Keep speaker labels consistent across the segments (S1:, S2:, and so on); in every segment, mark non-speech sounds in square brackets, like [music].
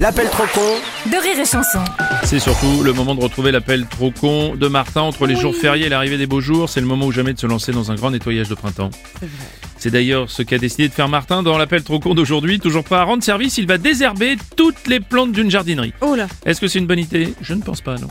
S1: L'appel trop con
S2: de rire et chanson.
S3: C'est surtout le moment de retrouver l'appel trop con de Martin entre les
S2: Oui.
S3: jours fériés et l'arrivée des beaux jours. C'est le moment ou jamais de se lancer dans un grand nettoyage de printemps. C'est d'ailleurs ce qu'a décidé de faire Martin dans l'appel trop con d'aujourd'hui. Toujours pas à rendre service, il va désherber toutes les plantes d'une jardinerie.
S4: Oh là
S3: Est-ce que c'est une bonne idée Je ne pense pas, non.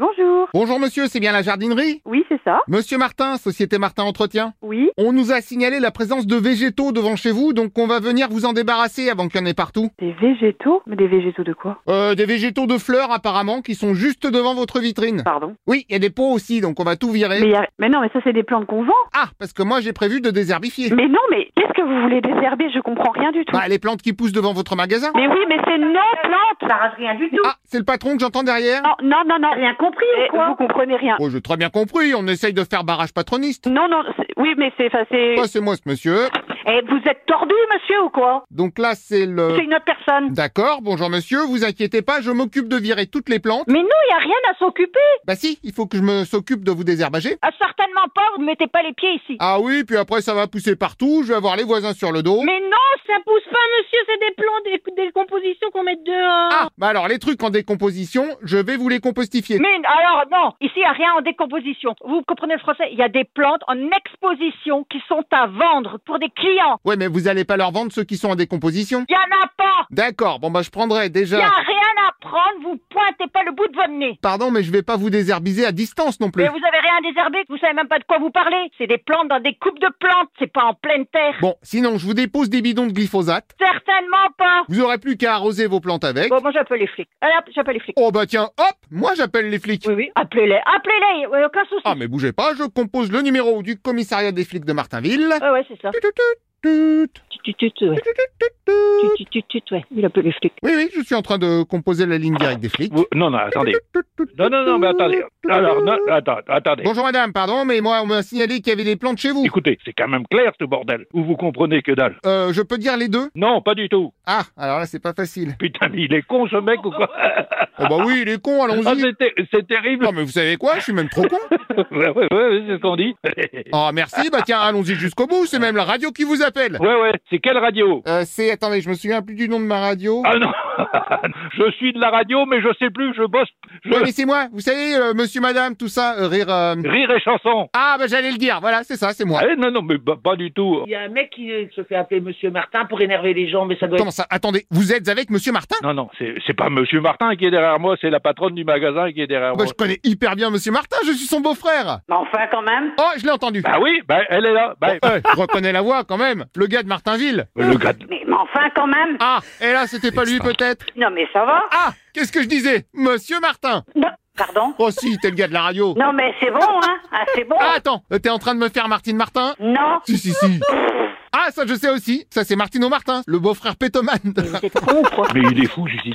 S5: Bonjour.
S6: Bonjour monsieur, c'est bien la jardinerie
S5: Oui, c'est ça.
S6: Monsieur Martin, Société Martin Entretien.
S5: Oui.
S6: On nous a signalé la présence de végétaux devant chez vous, donc on va venir vous en débarrasser avant qu'il y en ait partout.
S5: Des végétaux Mais des végétaux de quoi
S6: Euh, des végétaux de fleurs apparemment qui sont juste devant votre vitrine.
S5: Pardon.
S6: Oui, il y a des pots aussi, donc on va tout virer.
S5: Mais, y a- mais non, mais ça, c'est des plantes qu'on vend.
S6: Ah, parce que moi j'ai prévu de désherbifier.
S5: Mais non, mais qu'est-ce que vous voulez désherber Je comprends rien du tout.
S6: Bah, les plantes qui poussent devant votre magasin.
S5: Mais oui, mais c'est nos plantes
S7: Ça rase rien du tout.
S6: Ah, c'est le patron que j'entends derrière
S5: Non, non, non, non.
S7: T'as rien compris
S5: Eh,
S7: ou quoi
S5: Vous comprenez rien.
S6: Oh, j'ai très bien compris, on essaye de faire barrage patroniste.
S5: Non, non, c'est- oui, mais c'est... enfin, c'est-
S6: Passez-moi ce monsieur.
S7: Eh, vous êtes tordu, monsieur, ou quoi
S6: Donc là, c'est
S7: C'est
S6: le...
S7: une autre personne.
S6: D'accord, bonjour monsieur, vous inquiétez pas, je m'occupe de virer toutes les plantes.
S7: Mais nous, il n'y a rien à s'occuper.
S6: Bah si, il faut que je me s'occupe de vous désherbager.
S7: Ah, certainement pas, vous ne mettez pas les pieds ici.
S6: Ah oui, puis après ça va pousser partout, je vais avoir les voisins sur le dos.
S7: Mais non, ça pousse pas, monsieur, c'est des plans, des, des compositions qu'on met dehors.
S6: Ah, bah alors les trucs en décomposition, je vais vous les compostifier.
S7: Mais alors, non, ici, il n'y a rien en décomposition. Vous comprenez le français Il y a des plantes en exposition qui sont à vendre pour des clients.
S6: Ouais, mais vous allez pas leur vendre ceux qui sont en décomposition
S7: Il n'y en a pas
S6: D'accord, bon bah je prendrai
S7: Il n'y a
S6: déjà...
S7: rien à prendre, vous pointez pas le bout de votre nez.
S6: Pardon, mais je vais pas vous désherbiser à distance non plus.
S7: Mais vous avez rien désherbé, vous savez même pas de quoi vous parlez. C'est des plantes dans des coupes de plantes, c'est pas en pleine terre.
S6: Bon, sinon je vous dépose des bidons de glyphosate,
S7: Certainement pas.
S6: vous aurez plus qu'à arroser vos plantes avec.
S7: Bon, moi j'appelle les flics. Allez, hop, j'appelle les flics.
S6: Oh bah tiens, hop, moi j'appelle les flics.
S7: Oui, oui, appelez-les, appelez-les, ouais, aucun souci.
S6: Ah mais bougez pas, je compose le numéro du commissariat des flics de Martinville.
S7: Ouais, ouais, c'est ça.
S6: Tut, tut, tut, tut,
S7: Tut, tut, tut, ouais.
S6: tut, tut, tut.
S7: Tut, tut, tut, tut, ouais. Il appelle les flics.
S6: Oui, oui, je suis en train de composer la ligne directe des flics.
S8: Vous- Non, non, attendez.
S6: Tut, tut, tut,
S8: Non, non, non, mais attendez. Alors, non, attends, attendez.
S6: Bonjour madame, pardon, mais moi on m'a signalé qu'il y avait des plantes chez vous.
S8: Écoutez, c'est quand même clair ce bordel. Ou vous comprenez que dalle.
S6: Euh, je peux dire les deux
S8: Non, pas du tout.
S6: Ah, alors là c'est pas facile.
S8: Putain, mais il est con ce mec ou quoi
S6: Oh bah oui, il est con,
S8: Ah,
S6: allons-y.
S8: c'est ter- c'est terrible.
S6: Non mais vous savez quoi, je suis même trop con.
S8: [laughs] ouais, ouais, ouais, c'est ce qu'on dit. [laughs]
S6: Oh merci, bah tiens, allons-y jusqu'au bout, c'est même la radio qui vous appelle.
S8: ouais, ouais, c'est quelle radio
S6: Euh, c'est, attendez, je me souviens plus du nom de ma radio.
S8: Ah non [laughs] Je suis de la radio, mais je sais plus, je bosse. Je...
S6: Ouais, mais c'est moi, vous savez, euh, monsieur, madame, tout ça, euh, rire... euh,
S8: Rire et chanson.
S6: Ah bah j'allais le dire, voilà, c'est ça, c'est
S9: Ah
S6: moi.
S8: Eh, non, non, mais bah, pas du tout.
S9: Il y a un mec qui euh, se fait appeler Monsieur Martin pour énerver les gens, mais ça doit être...
S6: Comment ça Attendez, vous êtes avec monsieur Martin
S9: Ah
S8: Non, non, c'est c'est pas Monsieur Martin qui est derrière moi, c'est la patronne du magasin qui est derrière
S6: bah,
S8: moi.
S6: je connais hyper bien Monsieur Martin, je suis son beau-frère.
S9: Mais enfin, quand même
S6: Oh, je l'ai entendu.
S9: Ah
S8: Bah oui, bah elle est là. Bah,
S6: Eh, je reconnais la voix quand même, le gars de Martinville.
S8: le gars de-
S9: Mais, mais enfin, quand même
S6: Ah, et là, c'était pas lui peut-être
S9: Non, mais ça va
S6: Ah, qu'est-ce que je disais Monsieur Martin
S9: Non, Pardon
S6: Oh si, t'es le gars de la radio.
S9: Non, mais c'est bon, hein Ah, c'est bon
S6: Ah, attends, euh, t'es en train de me faire Martine Martin
S9: Non
S6: Si, si, si. Ah, ça je sais aussi. Ça c'est Martino Martin, le beau-frère pétoman.
S7: C'est con, quoi.
S8: Mais il est fou, je dis.